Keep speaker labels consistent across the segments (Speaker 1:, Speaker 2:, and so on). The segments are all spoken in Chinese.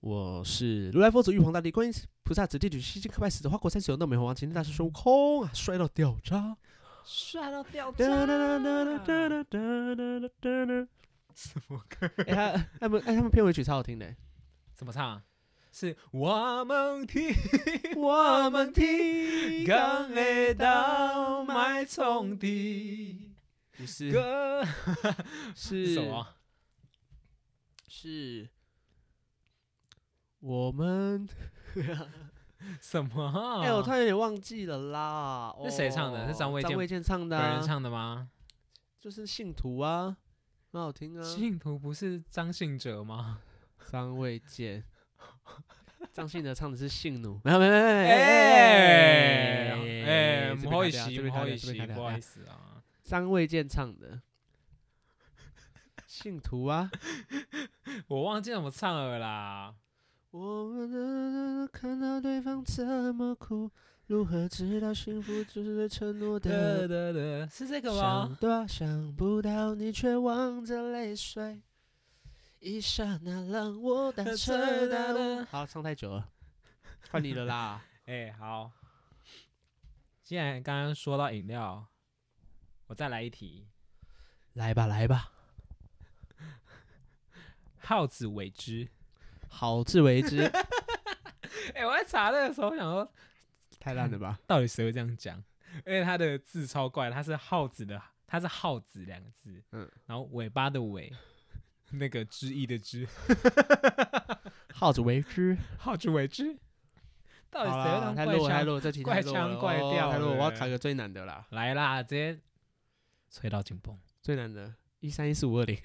Speaker 1: 我是如来佛祖、玉皇大帝、观音菩萨、子弟女、西经科拜死者、花果山水洞、美猴王、擎天大师、孙悟空啊，帅到掉渣！
Speaker 2: 帅到掉
Speaker 1: 哒
Speaker 2: 渣！
Speaker 1: 哒哒哒哒哒哒哒哒哒哒。
Speaker 3: 什么歌？
Speaker 1: 哎、他他们哎、他们片尾曲超好听的、
Speaker 3: 怎么唱？是我们听，
Speaker 1: 我
Speaker 3: 们
Speaker 1: 听
Speaker 3: 刚会到买冲的
Speaker 1: 不是
Speaker 3: 歌
Speaker 1: 是
Speaker 3: 是什么？
Speaker 1: 是我们
Speaker 3: 什么？
Speaker 1: 哎、我突然有点忘记了啦。
Speaker 3: 啊是谁唱的
Speaker 1: 哦
Speaker 3: 是张卫健
Speaker 1: 张卫健唱的、
Speaker 3: 本人
Speaker 1: 啊，
Speaker 3: 唱的吗？
Speaker 1: 就是信徒啊，很好听啊。
Speaker 3: 信徒不是张信哲吗？
Speaker 1: 张卫健， 张信哲唱的是性奴，没有没有没有没有
Speaker 3: 哎
Speaker 1: 哎
Speaker 3: 哎，不好意思，不好意思，不好意思啊！
Speaker 1: 张卫健唱的信徒啊，
Speaker 3: 我忘记怎么唱了啦。
Speaker 1: 我们看到对方这么苦，如何知道幸福就是对承诺
Speaker 3: 得
Speaker 1: 的
Speaker 3: 得得，是这个
Speaker 1: 想
Speaker 3: 吗？
Speaker 1: 多想不到，你却望着泪水，一刹那让我 胆怯
Speaker 3: 呃
Speaker 1: 大悟。好，唱太久了，换你了啦。
Speaker 3: 哎，好。既然刚刚说到饮料，我再来一题：
Speaker 1: 来吧，来吧，
Speaker 3: 好自为之。
Speaker 1: 好自为之。
Speaker 3: 哎，我在查这个时候想说，
Speaker 1: 太烂了吧？
Speaker 3: 到底谁会这样讲？而且它的字超怪，它是耗子的，它是耗子两个字，
Speaker 1: 嗯
Speaker 3: 然后尾巴的尾，那个之一的之，
Speaker 1: 好自为之。
Speaker 3: 好自为之。到
Speaker 1: 好
Speaker 3: 底谁会
Speaker 1: 啦，
Speaker 3: 当
Speaker 1: 太
Speaker 3: 怪
Speaker 1: 弱了太
Speaker 3: 腔？
Speaker 1: 弱了，这题
Speaker 3: 怪
Speaker 1: 太弱
Speaker 3: 腔
Speaker 1: 了
Speaker 3: 怪
Speaker 1: 哦
Speaker 3: 调
Speaker 1: 太弱了。我要
Speaker 3: 了
Speaker 1: 考个最难的啦，
Speaker 3: 来啦，直接吹到紧绷。
Speaker 1: 最难的，一三一四五二零。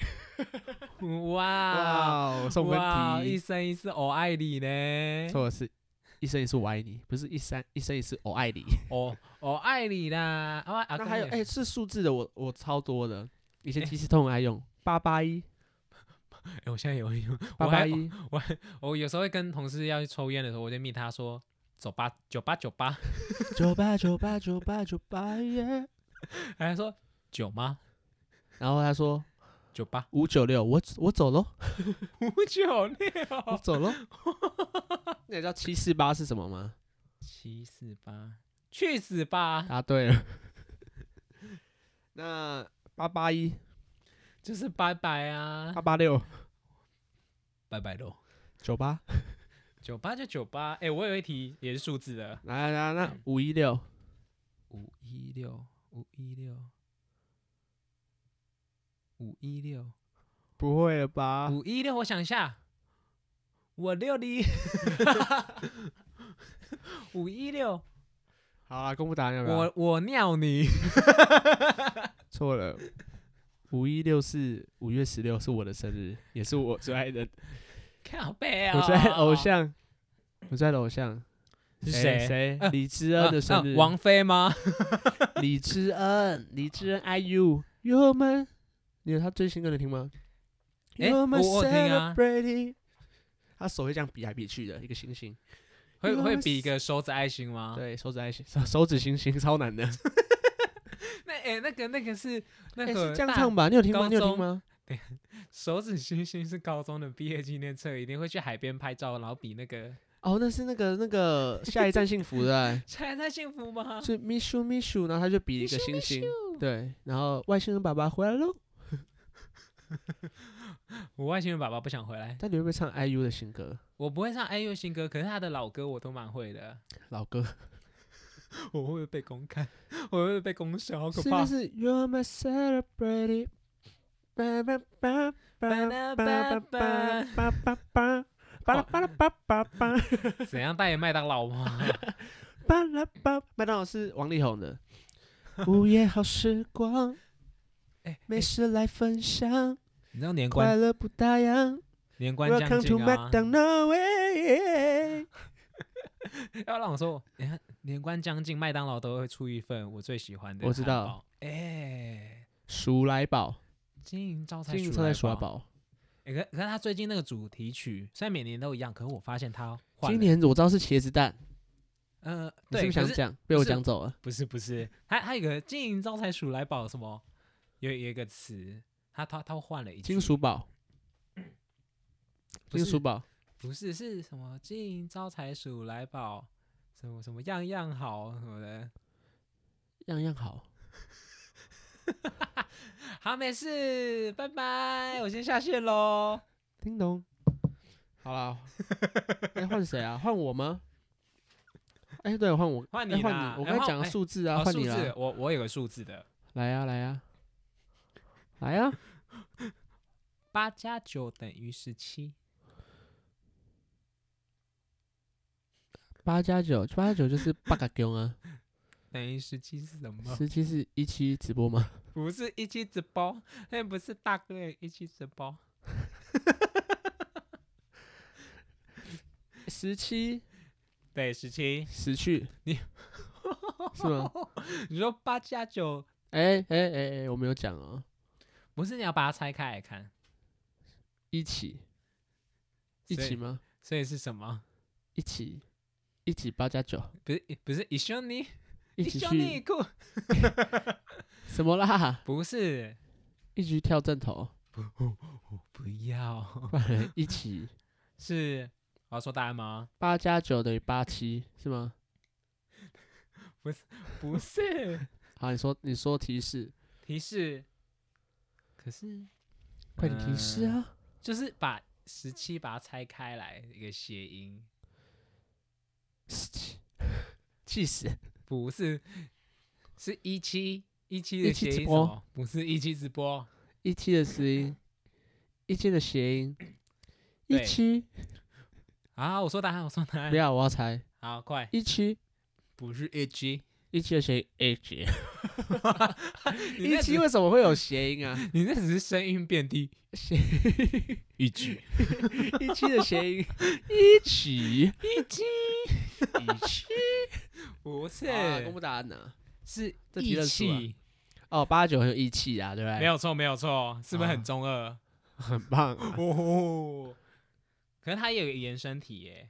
Speaker 3: 哇
Speaker 1: 哇哦，送分
Speaker 3: 哇一
Speaker 1: 题，
Speaker 3: 生一世我爱你呢，
Speaker 1: 错的是一生一世我爱你，不是一三一生一世我爱你。
Speaker 3: 我我哦爱你啦。啊啊，
Speaker 1: 那还有
Speaker 3: 对
Speaker 1: 哎，是数字的，我我超多的，以前即时通很爱用八八一
Speaker 3: 哎我现在有有，
Speaker 1: 八八
Speaker 3: 我还
Speaker 1: 一，
Speaker 3: 我有时候会跟同事要去抽烟的时候，我就密他说走吧， 九八九八，
Speaker 1: 九八九八九八九八耶。
Speaker 3: 还说九吗？
Speaker 1: 然后他说
Speaker 3: 九八
Speaker 1: 五九六，我我走喽，
Speaker 3: 五九六
Speaker 1: 我走喽。那你知道七四八是什么吗？
Speaker 3: 七四八，去死吧！
Speaker 1: 答对了。 那八八一、
Speaker 3: 就是拜拜啊
Speaker 1: 八，八六、
Speaker 3: 拜拜喽。
Speaker 1: 九八，
Speaker 3: 九八就九八，哎，我有一题也是数字的，
Speaker 1: 来来来，五一六、
Speaker 3: 五一六五一六五一六
Speaker 1: 不会了吧？
Speaker 3: 五一六，我想一下，啊我六零， 五一六，
Speaker 1: 好啦，公布答案要不要？
Speaker 3: 我我尿你，
Speaker 1: 错了，五一六是五月十六，是我的生日，也是我最爱的，
Speaker 3: 靠背啊！
Speaker 1: 我最爱的偶像，我最爱的偶像
Speaker 3: 是
Speaker 1: 谁？呃
Speaker 3: 谁？
Speaker 1: 谁？
Speaker 3: 呃
Speaker 1: 李知恩的生日。
Speaker 3: 啊王菲吗？
Speaker 1: 李知恩，李知恩，I U，友们，你有他最新歌能听吗？
Speaker 3: 诶
Speaker 1: You're my
Speaker 3: 我我有听啊
Speaker 1: celebrity 他手会这样比来比去的一个星星，
Speaker 3: 会会
Speaker 1: Yours
Speaker 3: 比一个手指爱心吗？
Speaker 1: 对手指爱心，手手指星星超难的。
Speaker 3: 那哎、那个那个是那
Speaker 1: 诶
Speaker 3: 个、
Speaker 1: 欸是这样唱，吧？你有听吗？
Speaker 3: 高
Speaker 1: 你有听
Speaker 3: 中
Speaker 1: 吗？
Speaker 3: 手指星星是高中的毕业纪念册，一定会去海边拍照，然后比那个
Speaker 1: 哦，那是那个那个下一站幸福的、 欸，
Speaker 3: 现在在幸福吗？
Speaker 1: 是 Mishu Mishu，然后他就比一个
Speaker 3: Mishu
Speaker 1: 星星，对，然后外星人爸爸回来喽。
Speaker 3: 我外星人爸爸不想回来，
Speaker 1: 但你会不会唱 IU 的新歌？
Speaker 3: 我不会唱 IU 新歌，可是他的老歌我都蛮会的。
Speaker 1: 老歌
Speaker 3: 我会不会被公开？ 我会不会被公审？好可
Speaker 1: 是
Speaker 3: 怕
Speaker 1: 不！是 You're my celebrity？叭叭叭叭叭叭叭叭叭叭巴拉巴拉巴巴巴
Speaker 3: 怎样代言麦当劳吗？
Speaker 1: 巴拉巴。麦当劳是王力宏 的。午夜好时光，
Speaker 3: 哎、
Speaker 1: 美食来分享，
Speaker 3: 你知道年
Speaker 1: 快
Speaker 3: 关
Speaker 1: 乐不打烊。
Speaker 3: 年关将
Speaker 1: Welcome 啊 to
Speaker 3: 近啊，
Speaker 1: McDonald way。
Speaker 3: 要让我说，你看年关将近，麦当劳都会出一份我最喜欢的
Speaker 1: 我知道
Speaker 3: 汉堡。哎、
Speaker 1: 鼠来宝，
Speaker 3: 经营招财
Speaker 1: 经营
Speaker 3: 鼠
Speaker 1: 超
Speaker 3: 来
Speaker 1: 在鼠来
Speaker 3: 宝。
Speaker 1: 宝。
Speaker 3: 欸、可可是他最近那个主题曲，虽然每年都一样，可是我发现他换
Speaker 1: 今
Speaker 3: 了。
Speaker 1: 年我知道是茄子蛋，
Speaker 3: 呃，
Speaker 1: 你是
Speaker 3: 对，
Speaker 1: 不是
Speaker 3: 可
Speaker 1: 想
Speaker 3: 是
Speaker 1: 讲？被
Speaker 3: 不
Speaker 1: 我
Speaker 3: 是
Speaker 1: 讲走了。
Speaker 3: 不是不是，他他有一个金银招财鼠来宝什么，有有一个词，他他他换了一句
Speaker 1: 金属宝，
Speaker 3: 不
Speaker 1: 金
Speaker 3: 是
Speaker 1: 属宝，
Speaker 3: 不不是是什么金银招财鼠来宝，什么什么样样好什么的。
Speaker 1: 样样好。
Speaker 3: 好，没事，拜拜，我先下线喽。
Speaker 1: 叮咚，好啦，哎，换谁啊？换我吗？哎、对，换我，
Speaker 3: 换
Speaker 1: 哎
Speaker 3: 你
Speaker 1: 换
Speaker 3: 啦
Speaker 1: 你。我
Speaker 3: 哎
Speaker 1: 刚才
Speaker 3: 换
Speaker 1: 讲
Speaker 3: 我
Speaker 1: 的
Speaker 3: 哎
Speaker 1: 数字啊，
Speaker 3: 哦
Speaker 1: 换
Speaker 3: 数
Speaker 1: 你
Speaker 3: 字
Speaker 1: 啦，，
Speaker 3: 我我有个数字的，
Speaker 1: 来呀、来呀、来啊呀、
Speaker 3: 八加九等于十七。
Speaker 1: 八加九，八加九就是八嘎囧啊，
Speaker 3: 等于十七是 什么？
Speaker 1: 十七是一期直播吗？
Speaker 3: 不是一期直播，那不是大哥的一期直播，
Speaker 1: 十七
Speaker 3: 对，十七。
Speaker 1: 十去，
Speaker 3: 你
Speaker 1: 是吗？
Speaker 3: 你说八加九，
Speaker 1: 哎哎哎哎，我没有讲哦，
Speaker 3: 不是你要把它拆开来看，
Speaker 1: 一起一
Speaker 3: 所以
Speaker 1: 起吗？
Speaker 3: 所以是什么？
Speaker 1: 一起一起八加九，
Speaker 3: 不是不是一緒に
Speaker 1: 一
Speaker 3: 一
Speaker 1: 起
Speaker 3: 緒に
Speaker 1: 去
Speaker 3: 行く，
Speaker 1: 什么啦？
Speaker 3: 不是，
Speaker 1: 一起去跳正 头，
Speaker 3: 不要，
Speaker 1: 不然一起
Speaker 3: 是我要说答案吗？
Speaker 1: 八加九等于八七是吗？
Speaker 3: 不是，
Speaker 1: 好，你说你说提示，
Speaker 3: 提示，可是
Speaker 1: 快点提示
Speaker 3: 嗯
Speaker 1: 啊！
Speaker 3: 就是把十七把它拆开来一个谐音，
Speaker 1: 十七，嗯气死！
Speaker 3: 不是， 是一七一七
Speaker 1: 一
Speaker 3: 的
Speaker 1: 期
Speaker 3: 谐音
Speaker 1: 直
Speaker 3: 什
Speaker 1: 播
Speaker 3: 么？不是一七直播，
Speaker 1: 一七的声音，一七的谐音，一
Speaker 3: 对
Speaker 1: 七
Speaker 3: 啊，我说答案，我说答案
Speaker 1: 不，要，我要猜
Speaker 3: 好快，
Speaker 1: 一七
Speaker 3: 不是一七，
Speaker 1: 一七的谐音 H，
Speaker 3: 你
Speaker 1: 一
Speaker 3: 那
Speaker 1: 七
Speaker 3: 只
Speaker 1: 为什么会有谐音 啊？
Speaker 3: 你那只是声音变低，
Speaker 1: 谐
Speaker 3: 一句
Speaker 1: 一七的谐 音一起
Speaker 3: 一七，
Speaker 1: 一 起，
Speaker 3: 不是，
Speaker 1: 啊公布答案呢？
Speaker 3: 是
Speaker 1: 这提
Speaker 3: 义
Speaker 1: 认输啊
Speaker 3: 气，
Speaker 1: 哦，八九很有义气啊，对不对？
Speaker 3: 没，有错，没有错，是不是
Speaker 1: 啊
Speaker 3: 很中二？
Speaker 1: 很棒啊。
Speaker 3: 哦，可是它也有一个延伸题耶，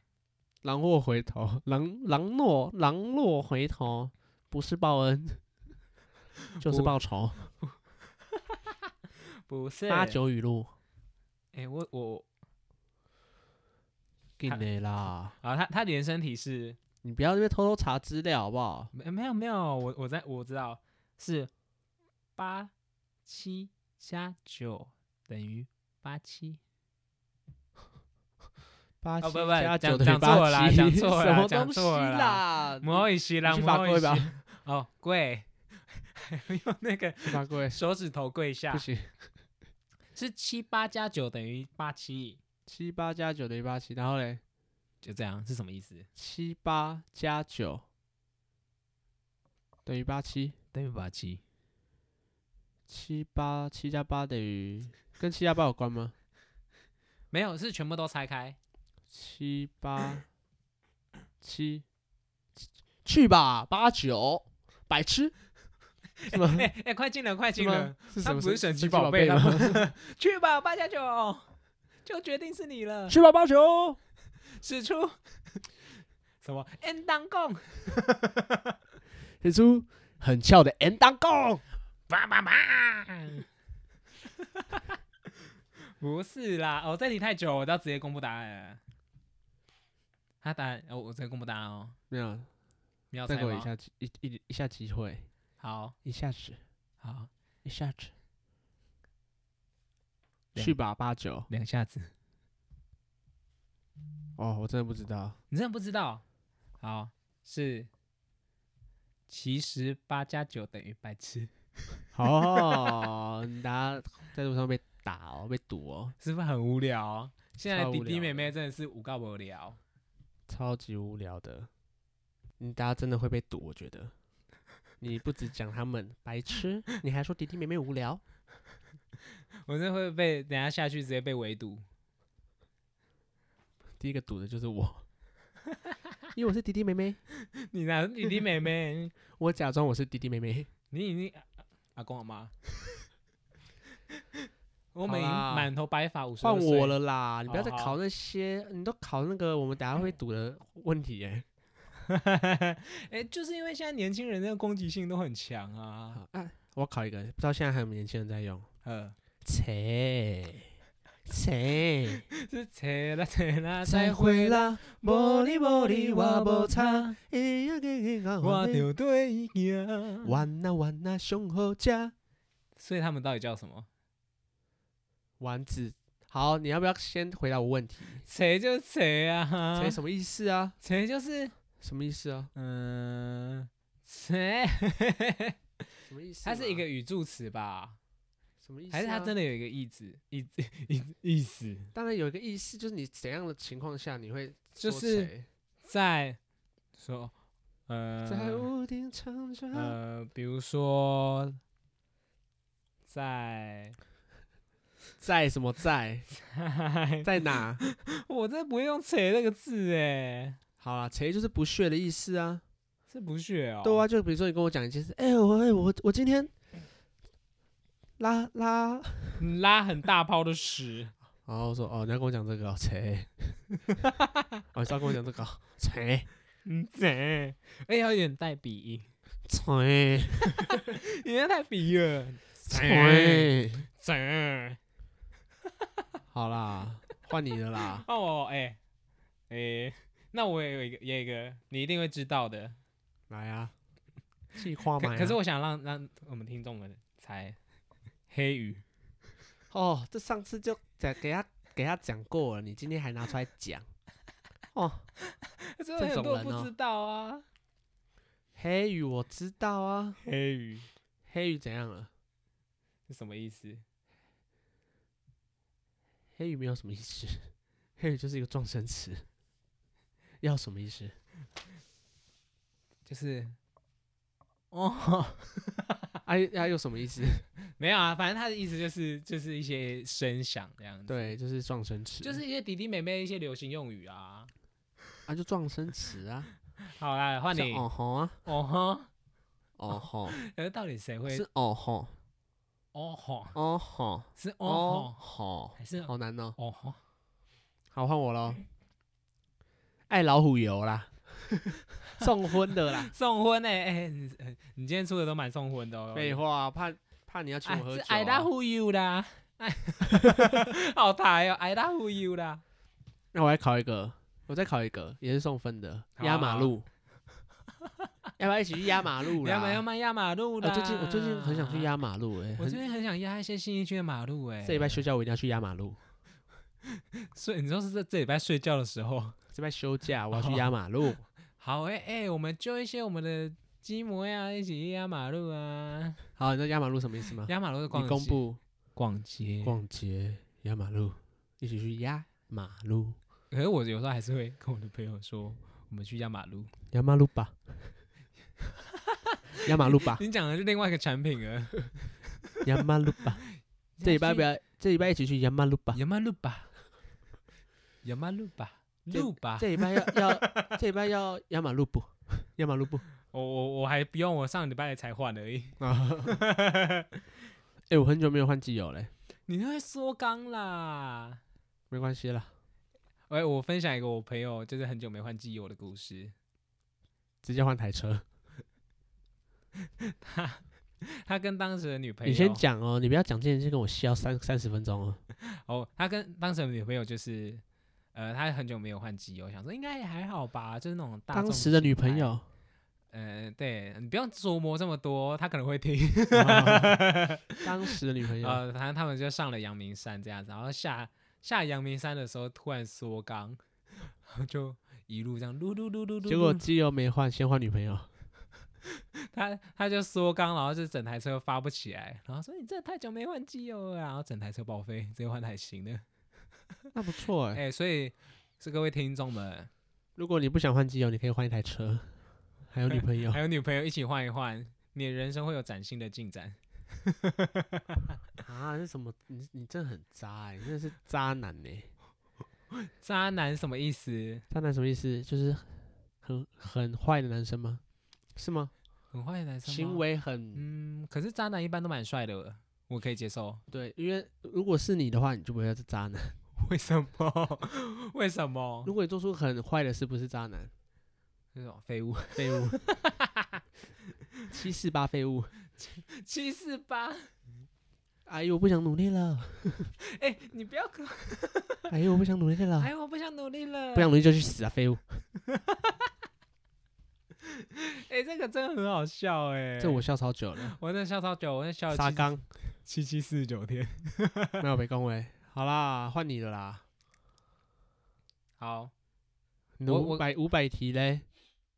Speaker 1: 狼卧回头，狼狼落狼落回头，不是报恩， 就是
Speaker 3: 不
Speaker 1: 报仇。
Speaker 3: 不是
Speaker 1: 八，九语录，
Speaker 3: 哎，我我
Speaker 1: 给
Speaker 3: 看
Speaker 1: 你啦！
Speaker 3: 啊，它它的延伸题是
Speaker 1: 你不要在那边偷偷查资料好不好？
Speaker 3: 没没有没有，我我在我知道是八七加九等于八七，
Speaker 1: 八七
Speaker 3: 哦不不
Speaker 1: 加
Speaker 3: 讲
Speaker 1: 九等于
Speaker 3: 讲错了
Speaker 1: 八
Speaker 3: 啦
Speaker 1: 七，
Speaker 3: 讲错
Speaker 1: 什
Speaker 3: 了啦
Speaker 1: 么
Speaker 3: 讲
Speaker 1: 东西
Speaker 3: 错了
Speaker 1: 啦？
Speaker 3: 摩一西啦，
Speaker 1: 你去罚
Speaker 3: 摩
Speaker 1: 跪
Speaker 3: 一西
Speaker 1: 吧，
Speaker 3: 哦跪，还有用那个
Speaker 1: 你罚跪，
Speaker 3: 手指头跪下
Speaker 1: 不，行。
Speaker 3: 是七八加九等于八七，
Speaker 1: 七八加九等于八七，然后嘞，
Speaker 3: 就这样是什么意思？
Speaker 1: 七八加九等于八七，
Speaker 3: 等于八七，
Speaker 1: 七八七加八等于跟七加八有关吗？
Speaker 3: 没有是全部都拆开，
Speaker 1: 七八七，去吧，八九，白痴，是吗？
Speaker 3: 哎哎快进了快
Speaker 1: 是
Speaker 3: 进了
Speaker 1: 吗，？是
Speaker 3: 它
Speaker 1: 什
Speaker 3: 不
Speaker 1: 么？
Speaker 3: 是神奇宝
Speaker 1: 宝
Speaker 3: 贝
Speaker 1: 吗？
Speaker 3: 它不去吧八加九，就决定是你 了。
Speaker 1: 去吧，八九，
Speaker 3: 使出什 么 N 当共，
Speaker 1: 写出很翘的 N 当共，
Speaker 3: 叭叭叭。 不是啦，哦，这题太久，我要直接公布答案了。他答案，哦，我直接公布答案哦。
Speaker 1: 没有，
Speaker 3: 你要
Speaker 1: 再
Speaker 3: 猜
Speaker 1: 给我一
Speaker 3: 吗？
Speaker 1: 下机一一一下机会，
Speaker 3: 好
Speaker 1: 一下子，
Speaker 3: 好，
Speaker 1: 一下子，
Speaker 3: 两
Speaker 1: 去吧，八九。
Speaker 3: 两下子，
Speaker 1: 哦，我真的不知道，
Speaker 3: 你真的不知道？好，是其实八加九等于白痴，
Speaker 1: 哦，你大家在路上被打哦，被堵哦，
Speaker 3: 是不是很无聊？现在
Speaker 1: 超
Speaker 3: 的弟
Speaker 1: 无
Speaker 3: 弟
Speaker 1: 聊
Speaker 3: 妹
Speaker 1: 的
Speaker 3: 妹真的是无告无聊。
Speaker 1: 超级无聊的。你大家真的会被堵，我觉得。你不只讲他们白痴，你还说弟弟妹妹无聊，
Speaker 3: 我真的会被等一下下去直接被围堵。
Speaker 1: 第一个堵的就是我，因为我是弟弟妹妹，
Speaker 3: 你哪是弟弟妹妹？
Speaker 1: 我假装我是弟弟妹妹。
Speaker 3: 你已经啊阿公 阿妈，我们已
Speaker 1: 好
Speaker 3: 经
Speaker 1: 啦
Speaker 3: 满头白发五十，
Speaker 1: 换我。了啦！你不要
Speaker 3: 哦
Speaker 1: 再
Speaker 3: 好
Speaker 1: 考那些，你都考那个我们等下会堵的问题耶、
Speaker 3: 哎、就是因为现在年轻人那个攻击性都很强
Speaker 1: 嗯
Speaker 3: 啊。
Speaker 1: 好，啊，我考一个，不知道现在还有没有年轻人在用。
Speaker 3: 呃，
Speaker 1: 切，切，
Speaker 3: 是切啦切啦
Speaker 1: 再
Speaker 3: 再
Speaker 1: 会
Speaker 3: 会啦，
Speaker 1: 啦，
Speaker 3: 无
Speaker 1: 无
Speaker 3: 你
Speaker 1: 你
Speaker 3: 无
Speaker 1: 无
Speaker 3: 你
Speaker 1: 你
Speaker 3: 我
Speaker 1: 我
Speaker 3: 无
Speaker 1: 无
Speaker 3: 差
Speaker 1: 差，，咿呀咿呀
Speaker 3: 我
Speaker 1: 我
Speaker 3: 就对伊行。
Speaker 1: 玩啊玩啊上好食，
Speaker 3: 所以他们到底叫什么？
Speaker 1: 丸子。好，你要不要先回答我问题？
Speaker 3: 切就切啊，
Speaker 1: 切什么意思啊？
Speaker 3: 切就是
Speaker 1: 什么意思啊？
Speaker 3: 嗯切，
Speaker 1: 什么意思啊？
Speaker 3: 它是一个语助词吧？
Speaker 1: 什么意思啊？
Speaker 3: 还是它真的有一个意思意思意思意思？
Speaker 1: 当然有一个意思，就是你怎样的情况下你会
Speaker 3: 就
Speaker 1: 说
Speaker 3: 是
Speaker 1: 谁
Speaker 3: 在说呃
Speaker 1: 在屋顶唱着。
Speaker 3: 呃，比如说 在
Speaker 1: 在什么 在？在哪？
Speaker 3: 我真的不会用“扯”这个字哎，
Speaker 1: 好啦，谁就是不屑的意思啊。
Speaker 3: 是不屑哦。
Speaker 1: 对啊，，就比如说你跟我讲一件事，哎、我哎、我我今天拉拉，
Speaker 3: 你拉很大包的屎，
Speaker 1: 然后我说哦，你要跟我讲这个哦谁、哦，你是要跟我讲这个哦谁
Speaker 3: 嗯，贼，哎，要有点带鼻音，
Speaker 1: 谁
Speaker 3: 有点带鼻音了，
Speaker 1: 谁？
Speaker 3: 贼。
Speaker 1: 好啦，换你的 啦。
Speaker 3: 哦，哎，哎，那我也有一个，也有一个，你一定会知道的。
Speaker 1: 来啊，气话嘛、
Speaker 3: 可可是我想让让我们听众们猜，黑鱼，
Speaker 1: 哦，这上次就在给他给他讲过了，你今天还拿出来讲。哦，
Speaker 3: 真的
Speaker 1: 这
Speaker 3: 很
Speaker 1: 种
Speaker 3: 多
Speaker 1: 人
Speaker 3: 不
Speaker 1: 哦
Speaker 3: 知道啊。
Speaker 1: 黑鱼我知道啊，
Speaker 3: 黑鱼
Speaker 1: 黑鱼怎样啊了？
Speaker 3: 是什么意思？
Speaker 1: 黑鱼没有什么意思， 黑鱼就是一个撞声词，要什么意思？
Speaker 3: 就是，哦，
Speaker 1: 哎、啊，要有什么 意思？
Speaker 3: 没有啊，反正他的意思就是就是一些声响这样子。
Speaker 1: 对，就是撞声词，
Speaker 3: 就是一些弟弟妹妹一些流行用语啊。
Speaker 1: 啊，就撞声词啊，
Speaker 3: 好啦，换
Speaker 1: 像
Speaker 3: 你。
Speaker 1: 哦吼啊，
Speaker 3: 哦吼，
Speaker 1: 哦吼，
Speaker 3: 呃，到底谁会？
Speaker 1: 是哦吼，
Speaker 3: 哦吼，
Speaker 1: 哦吼，
Speaker 3: 是
Speaker 1: 哦
Speaker 3: 哦吼，
Speaker 1: 吼，
Speaker 3: 还是
Speaker 1: 好难哦。
Speaker 3: 哦吼？
Speaker 1: 好，换我喽。爱老虎油啦，送婚的啦。
Speaker 3: 送婚呢？哎，你呃你今天出的都蛮送婚的哦。
Speaker 1: 废话，怕怕你要请
Speaker 3: 哎，
Speaker 1: 我喝
Speaker 3: 是
Speaker 1: 酒、啊
Speaker 3: I love you 啦。哎 好台哦，I love you 啦。
Speaker 1: 那我来考一个，我再考一个，也是送分的，压马路。 要不要一起去啊压马路啦？
Speaker 3: 要买要买压马路
Speaker 1: 我
Speaker 3: 啦。
Speaker 1: 最近我最近很想去压马路哎、
Speaker 3: 我
Speaker 1: 很
Speaker 3: 最近很想压一些新一区的马路哎、
Speaker 1: 这礼拜休假我一定要去压马路，
Speaker 3: 睡，你说是在这礼拜睡觉的时候。
Speaker 1: 这礼拜休假我要去压马路。
Speaker 3: 好哎、哎、我们就一些我们的鸡模呀，一起压马路啊，
Speaker 1: 好，你知道压马路什么意思吗？
Speaker 3: 压马路是
Speaker 1: 啊
Speaker 3: 逛
Speaker 1: 你
Speaker 3: 街
Speaker 1: 公布
Speaker 3: 逛街。
Speaker 1: 逛街压马路，一起去压马路，
Speaker 3: 可是我有时候还是会跟我的朋友说，我们去压马路。
Speaker 1: 压马路 吧，压马路吧，
Speaker 3: 你讲的是另外一个产品了，
Speaker 1: 压马路 吧。这礼拜不要，这礼拜一起去压马路 吧。
Speaker 3: 压马路吧，压马路吧，路吧。
Speaker 1: 这礼拜要要，这礼拜要压马 路不？压马路不？
Speaker 3: 我我我还不用，我上礼拜才换而已。
Speaker 1: 啊哎、我很久没有换机油嘞，
Speaker 3: 你会缩缸啦？
Speaker 1: 没关系啦，
Speaker 3: 哎、我分享一个我朋友就是很久没换机油的故事。
Speaker 1: 直接换台车。
Speaker 3: 他他跟当时的女朋友，
Speaker 1: 你先讲哦，你不要讲这件事跟我笑三三十分钟哦。
Speaker 3: 哦，他跟当时的女朋友就是，呃，他很久没有换机油，想说应该也还好吧，就是那种大
Speaker 1: 当
Speaker 3: 众
Speaker 1: 时的
Speaker 3: 品
Speaker 1: 女朋
Speaker 3: 牌，
Speaker 1: 友，
Speaker 3: 呃，对你不用琢磨这么多，他可能会听。
Speaker 1: 当时的女朋友，
Speaker 3: 呃，反正他们就上了阳明山这样子，然后下下阳明山的时候突然缩缸，然后就一路这样噜噜噜噜噜，
Speaker 1: 结果机油没换，先换女朋友。
Speaker 3: 他他就缩缸，然后就整台车发不起来，然后说你这太久没换机油了啊，然后整台车报废，直接换台新的。
Speaker 1: 那不错哎、
Speaker 3: 哎、所以是各位听 众们，
Speaker 1: 如果你不想换机油，你可以换一台车，还有女朋友
Speaker 3: 还。有女朋友一起换一换，你的人生会有崭新的进展。
Speaker 1: 啊，这什么？你你真的很渣哎、你真的是渣男欸呢、
Speaker 3: 渣男什么意思？
Speaker 1: 渣男什么意思？就是很很坏的男生吗？是吗？
Speaker 3: 很坏的男生吗
Speaker 1: 行？为很、
Speaker 3: 嗯，可是渣男一般都蛮帅的，我可以接 受。
Speaker 1: 对，因为如果是你的话，你就不会是渣男。
Speaker 3: 为什么？为什么？
Speaker 1: 如果你做出很坏的事，不是渣 男，
Speaker 3: 这种废物。
Speaker 1: 废物，七四八废物。
Speaker 3: 七四八，
Speaker 1: 阿哎姨，我不想努力了。
Speaker 3: 哎、你不要，
Speaker 1: 阿姨，我不想努力了。
Speaker 3: 哎，我不想努力了，
Speaker 1: 啊不想努力就去死啊，废物！
Speaker 3: 哎、这个真的很好笑哎、
Speaker 1: 这我笑超久了。
Speaker 3: 我真的笑超久，我真的笑
Speaker 1: 沙
Speaker 3: 了
Speaker 1: 刚，
Speaker 3: 七七四十九天。
Speaker 1: 没有被恭维。好啦，换你的啦。
Speaker 3: 好，
Speaker 1: 你的
Speaker 3: 我
Speaker 1: 五
Speaker 3: 我
Speaker 1: 百五百题嘞，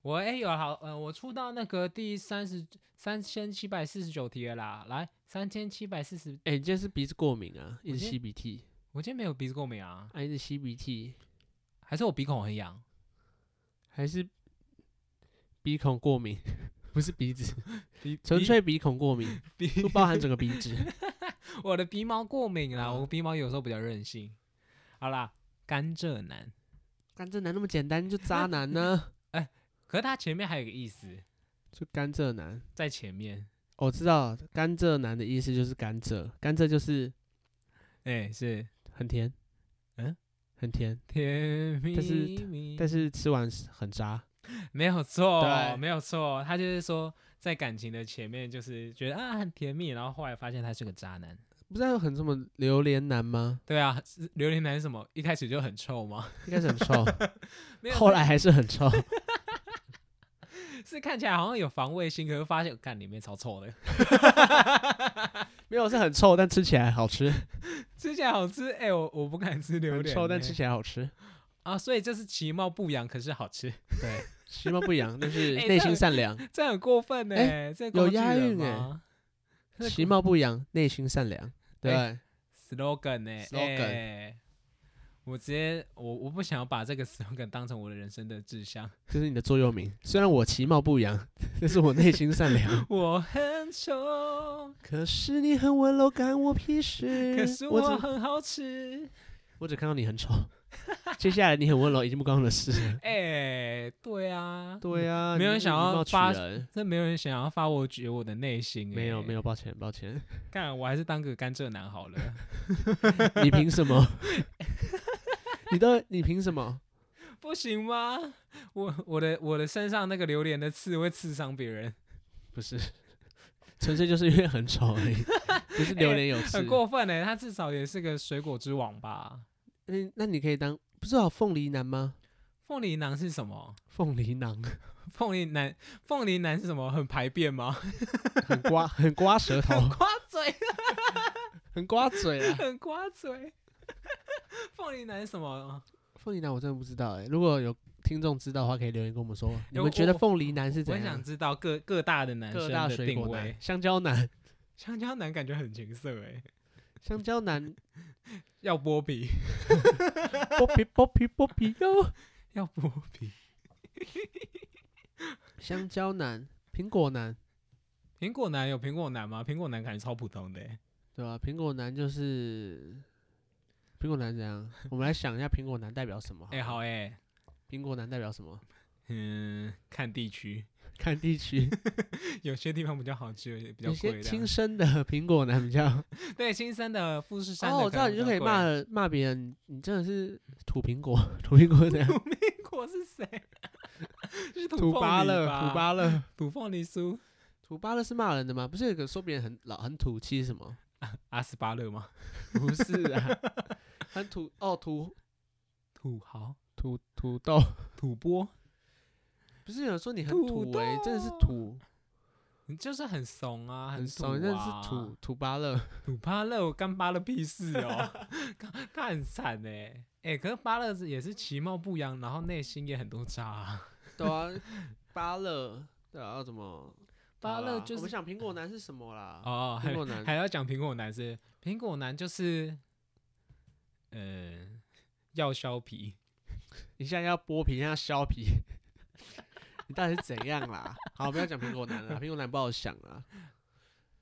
Speaker 3: 我哎、有好，呃，我出到那个第三十三千七百四十九题了啦，来三千七百四十，
Speaker 1: 哎、你今天是鼻子过敏啊，一
Speaker 3: 我
Speaker 1: 直
Speaker 3: 今天
Speaker 1: 吸鼻涕，
Speaker 3: 我今天没有鼻子过敏啊，
Speaker 1: 啊，一直吸鼻涕，
Speaker 3: 还是我鼻孔很痒？
Speaker 1: 还 是鼻孔过敏， 不是鼻 子，
Speaker 3: 鼻
Speaker 1: 纯
Speaker 3: 鼻
Speaker 1: 粹 鼻孔过敏，
Speaker 3: 鼻
Speaker 1: 不包含整个鼻 子。
Speaker 3: 我的鼻毛过敏啦，
Speaker 1: 啊
Speaker 3: 我鼻毛有时候比较任性。好啦，甘蔗男，
Speaker 1: 甘蔗男那么简单，就渣男 呢、
Speaker 3: 可是他前面还有一个意思
Speaker 1: 就甘蔗男。哦
Speaker 3: 在前面，
Speaker 1: 我知道甘蔗男的意思就是甘蔗，甘蔗就是
Speaker 3: 哎、是
Speaker 1: 很甜，
Speaker 3: 嗯，
Speaker 1: 很甜，
Speaker 3: 甜蜜
Speaker 1: 但是
Speaker 3: 蜜，
Speaker 1: 但是吃完是很渣。
Speaker 3: 没有错
Speaker 1: 对，
Speaker 3: 没有错，他就是说在感情的前面就是觉得啊很甜蜜，然后后来发现他是个渣男。
Speaker 1: 不是还有很什么榴莲男吗？
Speaker 3: 对啊，是榴莲男是什么？一开始就很臭吗？
Speaker 1: 一开始很臭，
Speaker 3: 没有，
Speaker 1: 后来还是很臭。
Speaker 3: 是是看起来好像有防卫心，可是发现看里面超臭的，
Speaker 1: 没有，是很臭，但吃起来好吃。
Speaker 3: 吃起来好吃。哎、我我不敢吃榴
Speaker 1: 很
Speaker 3: 莲、
Speaker 1: 臭，但
Speaker 3: 欸
Speaker 1: 吃起来好吃。
Speaker 3: 啊，所以这是其貌不扬，可是好吃。
Speaker 1: 对，其貌不扬， 但是
Speaker 3: 哎
Speaker 1: 内
Speaker 3: 这
Speaker 1: 心
Speaker 3: 很
Speaker 1: 善 良。
Speaker 3: 这很过分呢、欸
Speaker 1: 哎
Speaker 3: 这
Speaker 1: 有
Speaker 3: 工具
Speaker 1: 押
Speaker 3: 人
Speaker 1: 韵哎欸
Speaker 3: 吗这
Speaker 1: 其
Speaker 3: 个
Speaker 1: 貌不扬，内心善良。对
Speaker 3: 哎，slogan 呢、
Speaker 1: slogan
Speaker 3: 哎我直接我我不想要把这个 slogan 当成我的人生的志向。
Speaker 1: 这是你的座右铭。虽然我其貌不扬，但是我内心善良。
Speaker 3: 我很穷，
Speaker 1: 可是你很温柔，干我屁事。
Speaker 3: 可是
Speaker 1: 嗯我
Speaker 3: 我
Speaker 1: 只
Speaker 3: 很好吃。
Speaker 1: 我只看到你很丑。 接下来你很温柔，已经不关我的事了。
Speaker 3: 哎、对啊，
Speaker 1: 对啊，
Speaker 3: 没有
Speaker 1: 你
Speaker 3: 人想
Speaker 1: 以
Speaker 3: 要
Speaker 1: 貌取
Speaker 3: 发
Speaker 1: 人。
Speaker 3: 这没有人想要发我觉我的内心、
Speaker 1: 没有没
Speaker 3: 有，
Speaker 1: 有，抱歉抱 歉，
Speaker 3: 干我还是当个甘蔗男好了。
Speaker 1: 你凭什么？ 你都你凭什么？
Speaker 3: 不行吗？我我的我的身上那个榴莲的刺会刺伤别人，
Speaker 1: 不是，纯粹就是因为很丑而已，不是榴莲有刺。
Speaker 3: 哎很过分呢、他至少也是个水果之王吧？
Speaker 1: 那那你可以当不是有凤梨男吗？
Speaker 3: 凤梨男是什么？
Speaker 1: 凤梨囊
Speaker 3: 凤梨男，凤梨男是什么？很排便吗？
Speaker 1: 很刮很刮舌头，
Speaker 3: 很刮嘴，
Speaker 1: 很刮嘴啊。
Speaker 3: 很刮嘴。 凤梨男是什么？
Speaker 1: 凤梨男我真的不知道哎、如果有听众知道的话，可以留言跟我们说，你
Speaker 3: 哎我
Speaker 1: 们觉得
Speaker 3: 我
Speaker 1: 凤梨男是
Speaker 3: 我
Speaker 1: 怎
Speaker 3: 很想
Speaker 1: 样？
Speaker 3: 知道各各大的男
Speaker 1: 各
Speaker 3: 生
Speaker 1: 大
Speaker 3: 的
Speaker 1: 水
Speaker 3: 定
Speaker 1: 果男
Speaker 3: 位，。
Speaker 1: 香蕉 男，
Speaker 3: 香蕉男感觉很情色哎、
Speaker 1: 香蕉男，
Speaker 3: 要剥皮，
Speaker 1: 剥皮剥皮剥皮 哟，
Speaker 3: 要剥皮。
Speaker 1: 香蕉男，苹果男，
Speaker 3: 苹果男有苹果男吗？苹果男感觉超普通的、欸。
Speaker 1: 对吧、苹果男就是苹果男怎样？我们来想一下苹果男代表什么？
Speaker 3: 哎、好哎、
Speaker 1: 苹果男代表什么？
Speaker 3: 嗯，看地区，
Speaker 1: 看地区，
Speaker 3: 有些地方比较好吃，有些比较
Speaker 1: 有
Speaker 3: 贵
Speaker 1: 些
Speaker 3: 这样。
Speaker 1: 亲生的苹果男比较。
Speaker 3: 对新生的富士山的
Speaker 1: 哦，我知道，
Speaker 3: 能
Speaker 1: 你
Speaker 3: 比
Speaker 1: 就
Speaker 3: 较
Speaker 1: 可以
Speaker 3: 贵
Speaker 1: 骂了骂别人，你真的是土苹果，土苹果 怎样？
Speaker 3: 苹果是谁？ 是
Speaker 1: 土
Speaker 3: 凤
Speaker 1: 巴
Speaker 3: 梨
Speaker 1: 勒，
Speaker 3: 吧
Speaker 1: 土巴勒，
Speaker 3: 土凤梨酥
Speaker 1: 土巴勒是骂人的吗？不是有个说别人很老很土气是什么？
Speaker 3: 阿斯巴勒吗？
Speaker 1: 不是啊， 很土哦，土
Speaker 3: 土豪、
Speaker 1: 土土豆，
Speaker 3: 土拨，
Speaker 1: 不是有人说你很
Speaker 3: 土
Speaker 1: 土哎、真的是
Speaker 3: 豆
Speaker 1: 土，
Speaker 3: 你就是很怂啊，
Speaker 1: 很
Speaker 3: 怂、
Speaker 1: 怂，
Speaker 3: 啊，
Speaker 1: 真的是土。土巴勒。
Speaker 3: 土巴勒，我干巴勒屁事哦， 他他很惨哎、哎、可是巴勒是也是其貌不扬，然后内心也很多渣、啊。
Speaker 1: 对啊，巴勒，对啊，要怎么？
Speaker 3: 巴
Speaker 1: 好
Speaker 3: 勒
Speaker 1: 啦
Speaker 3: 就
Speaker 1: 我们
Speaker 3: 是
Speaker 1: 想苹果男是什么啦？
Speaker 3: 哦，
Speaker 1: 苹
Speaker 3: 还
Speaker 1: 果男
Speaker 3: 还要讲苹果男是苹果男就是，嗯、要削皮。
Speaker 1: 你现在要剥皮，现在要削皮， 你到底是怎样啦？好，不要讲苹果男了啦，苹果男不好想啊。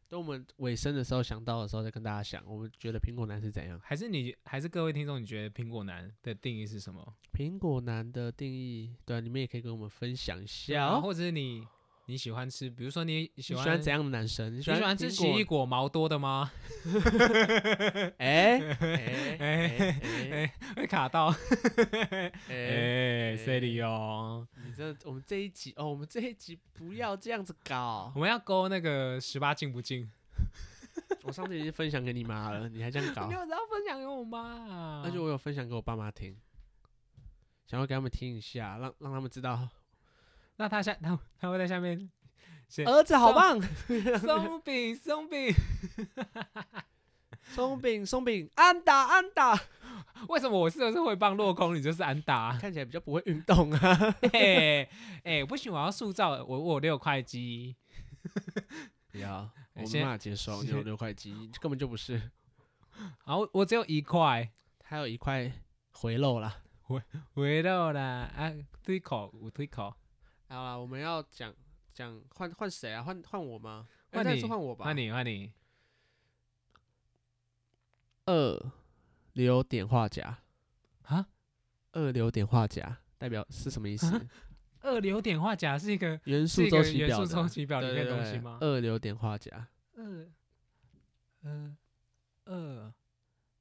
Speaker 1: 等我们尾声的时候想到的时候再跟大家想，我们觉得苹果男是怎样？
Speaker 3: 还是你，还是各位听众，你觉得苹果男的定义是什么？
Speaker 1: 苹果男的定义，对啊、你们也可以跟我们分享一下
Speaker 3: 然后
Speaker 1: 哦。
Speaker 3: 啊或者是你你喜欢吃，比如说你
Speaker 1: 你喜
Speaker 3: 喜欢
Speaker 1: 欢怎样的男生？你
Speaker 3: 你
Speaker 1: 喜
Speaker 3: 喜欢吃
Speaker 1: 苹
Speaker 3: 奇异
Speaker 1: 果？
Speaker 3: 果毛多的吗？
Speaker 1: 哎哎 哎哎
Speaker 3: 会卡到，
Speaker 1: 哎！
Speaker 3: 哎 c i 哦，
Speaker 1: 你这我们这一集哦，我们这一集不要这样子搞
Speaker 3: 我，们要勾那个十八禁不禁？
Speaker 1: 我上次已经分享给你妈了，你还这样搞
Speaker 3: 你，有要分享给我妈啊？
Speaker 1: 而且哦我有分享给我爸妈听，想要给他们听一下，让让他们知道
Speaker 3: 那他下他他会在下面写
Speaker 1: 儿子好棒，
Speaker 3: 松饼松饼，
Speaker 1: 松饼松饼，安打安打，
Speaker 3: 为什么我是不是会帮落空，你就是安打啊？
Speaker 1: 看起来比较不会运动啊。
Speaker 3: 哎哎，不行，我要塑造我我有六块肌，
Speaker 1: 不要，我没
Speaker 3: 哎先
Speaker 1: 办法接受，你有六块肌，根本就不是。
Speaker 3: 然后我只有一块，
Speaker 1: 还有一块回肉啦。
Speaker 3: 回到啦啊，对口我对口，
Speaker 1: 好啦，我们要讲讲换换谁啊？换换我吗？哎
Speaker 3: 换
Speaker 1: 那
Speaker 3: 你
Speaker 1: 是换我吧。
Speaker 3: 换你换你，
Speaker 1: 二流点画夹
Speaker 3: 啊？
Speaker 1: 二流点画夹代表是什么意思？
Speaker 3: 二硫碘化钾是一个
Speaker 1: 元
Speaker 3: 是
Speaker 1: 素
Speaker 3: 一
Speaker 1: 周
Speaker 3: 个
Speaker 1: 期
Speaker 3: 元
Speaker 1: 表
Speaker 3: 素
Speaker 1: 的
Speaker 3: 周期表里
Speaker 1: 对
Speaker 3: 面的
Speaker 1: 对
Speaker 3: 东
Speaker 1: 对
Speaker 3: 西吗？
Speaker 1: 二流点画夹，
Speaker 3: 二二二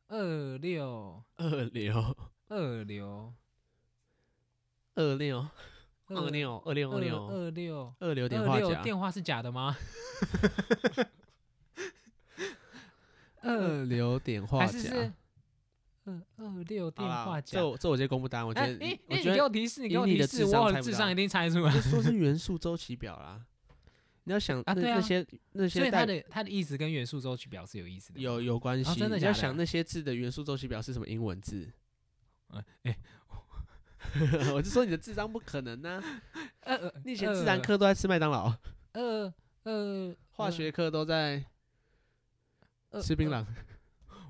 Speaker 3: 二六
Speaker 1: 二流
Speaker 3: 二流
Speaker 1: 二六二
Speaker 3: 二
Speaker 1: 六二六二六
Speaker 3: 二六
Speaker 1: 二流点
Speaker 3: 二
Speaker 1: 画
Speaker 3: 六
Speaker 1: 夹，
Speaker 3: 电话是假 的吗？二
Speaker 1: 二流点画
Speaker 3: 还是是
Speaker 1: 夹。
Speaker 3: 二二六
Speaker 1: 好
Speaker 3: 电
Speaker 1: 啦
Speaker 3: 话假
Speaker 1: 这？我这我直接公布答案。我觉得
Speaker 3: 哎哎
Speaker 1: 你，我
Speaker 3: 哎
Speaker 1: 觉
Speaker 3: 你给
Speaker 1: 得
Speaker 3: 我提示，你
Speaker 1: 以
Speaker 3: 给我
Speaker 1: 你
Speaker 3: 提
Speaker 1: 的
Speaker 3: 示，
Speaker 1: 智
Speaker 3: 我
Speaker 1: 商
Speaker 3: 有
Speaker 1: 猜不
Speaker 3: 智
Speaker 1: 到
Speaker 3: 商一定猜出 来。
Speaker 1: 就说 是元素周期表啦。你要想那
Speaker 3: 对啊
Speaker 1: 那些那
Speaker 3: 所
Speaker 1: 些
Speaker 3: 以它
Speaker 1: 代
Speaker 3: 的它的意思跟元素周期表是有意思的。
Speaker 1: 有有关系、
Speaker 3: 真的
Speaker 1: 你
Speaker 3: 假
Speaker 1: 要
Speaker 3: 的啊
Speaker 1: 想那些字的元素周期表是什么英文字？
Speaker 3: 哎哎，
Speaker 1: 我就说你的智商不可能呢、
Speaker 3: 二二
Speaker 1: 你以前自然
Speaker 3: 呃
Speaker 1: 课都在吃麦当劳，
Speaker 3: 二二
Speaker 1: 化学课都在
Speaker 3: 二
Speaker 1: 吃槟，榔，
Speaker 3: 二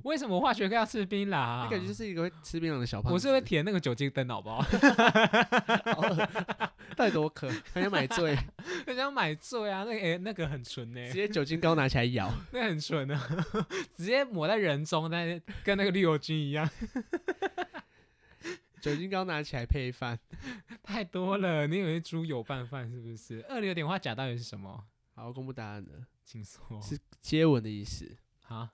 Speaker 3: 为什么化学课要吃槟榔啊？
Speaker 1: 你感觉就是一个会吃槟榔的小胖子。
Speaker 3: 我 是会舔那个酒精灯，好不 好？
Speaker 1: 好饿 到底多渴，还想买 醉，
Speaker 3: 人家买醉啊，那个、欸、那个很纯呢、
Speaker 1: 直接酒精膏拿起来咬。
Speaker 3: 那个很纯啊， 直接抹在人中，但是跟那个绿油精一样，
Speaker 1: 酒精膏拿起来配饭。
Speaker 3: 太多了。你以为猪油拌饭是不是？二硫碘化钾到底是什么？
Speaker 1: 好，公布答案了，
Speaker 3: 请说。
Speaker 1: 是接吻的意思，
Speaker 3: 啊，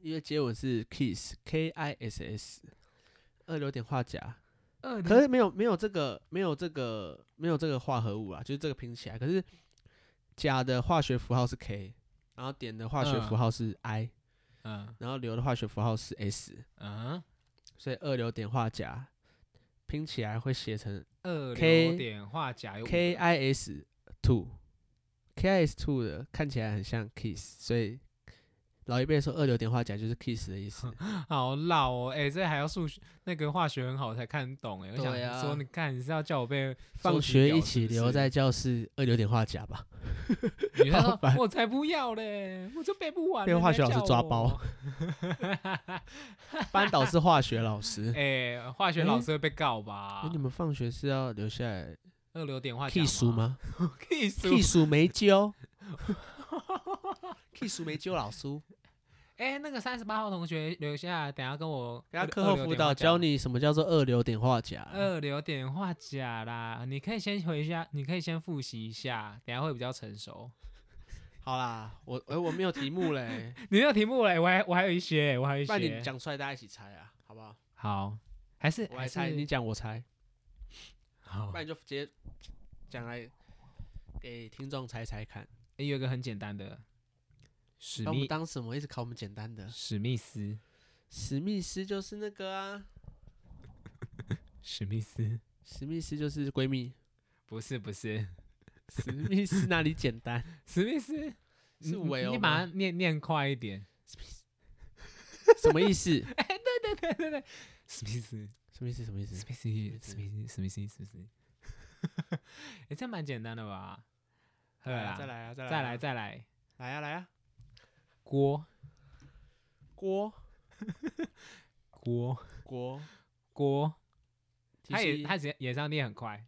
Speaker 1: 因为接吻是 kiss，k i s s，二硫碘化钾。
Speaker 3: 二
Speaker 1: 可
Speaker 3: 硫
Speaker 1: 是没有没有这个没有这个没有这个化合物啊，就是这个拼起来。可是钾的化学符号是 K，然后碘的化学
Speaker 3: 嗯
Speaker 1: 符号是 I，、
Speaker 3: 嗯
Speaker 1: 然后硫的化学符号是 S，
Speaker 3: 嗯，
Speaker 1: 所以二硫碘化钾拼起来会写成
Speaker 3: 二硫
Speaker 1: K- 啊
Speaker 3: 碘化钾有五
Speaker 1: KIS two。KIS two 的看起来很像 kiss，所以老一辈说二硫碘化钾就是 kiss 的意思。
Speaker 3: 好老哦，哎、这还要数学那个化学很好才看懂哎、我
Speaker 1: 对
Speaker 3: 想
Speaker 1: 啊
Speaker 3: 说，你看你是要叫我被
Speaker 1: 放
Speaker 3: 收集
Speaker 1: 学
Speaker 3: 表
Speaker 1: 一
Speaker 3: 是
Speaker 1: 起
Speaker 3: 不
Speaker 1: 留
Speaker 3: 是
Speaker 1: 在 教室，二硫碘化钾 吧。
Speaker 3: 女生
Speaker 1: 好
Speaker 3: 说
Speaker 1: 烦：“
Speaker 3: 我才不要嘞，我就背不完了。”
Speaker 1: 被化学老师抓包。班导是化学老师，
Speaker 3: 哎、化学
Speaker 1: 哎
Speaker 3: 老师会被告吧
Speaker 1: 哎，？你们放学是要留下来
Speaker 3: 二硫碘化钾
Speaker 1: 剃书？ 吗？
Speaker 3: 剃
Speaker 1: 剃
Speaker 3: 书。
Speaker 1: 书没 揪，剃书没揪老师，
Speaker 3: 哎、那个三十八号同学留下来，等下跟我
Speaker 1: 然后课后辅导教。你什么叫做二流点化钾。
Speaker 3: 二硫碘化钾啦，你可以先回一下，你可以先复习一下，等下会比较成熟。
Speaker 1: 好啦，我哎、我没有题目嘞，
Speaker 3: 你没有题目嘞，我还我还有一些，我还有一
Speaker 1: 不然
Speaker 3: 些
Speaker 1: 你。讲出来大家一起猜啊，好不好？
Speaker 3: 好，还是
Speaker 1: 我
Speaker 3: 还
Speaker 1: 来猜，
Speaker 3: 是
Speaker 1: 你讲我猜，
Speaker 3: 好
Speaker 1: 不。然你就直接讲来给听众猜猜看。
Speaker 3: 哎有一个很简单的，史
Speaker 1: 把我们
Speaker 3: 密
Speaker 1: 当什么？一直考我们简单的。
Speaker 3: 史密斯
Speaker 1: 史密斯就是那个啊，
Speaker 3: 史密斯，
Speaker 1: 史密斯就是闺蜜。
Speaker 3: 不是不是。
Speaker 1: 史密斯哪里简单？
Speaker 3: 史密斯
Speaker 1: 是
Speaker 3: 你你
Speaker 1: 围殴
Speaker 3: 你
Speaker 1: 吗
Speaker 3: 把它念念快一点。
Speaker 1: 什么意思？
Speaker 3: 对对对对，史密斯，
Speaker 1: 什么意思？什么意
Speaker 3: 史
Speaker 1: 思？
Speaker 3: 密斯，史密斯，史密斯，史密斯。 哎，这样蛮简单的吧？对啦，
Speaker 1: 再，来啊！再来啊！
Speaker 3: 再来，再来。
Speaker 1: 来呀、啊、来呀、啊！
Speaker 3: 锅
Speaker 1: 锅
Speaker 3: 锅
Speaker 1: 锅，
Speaker 3: 锅，
Speaker 1: 提
Speaker 3: 他也
Speaker 1: 示
Speaker 3: 他也也上念很快。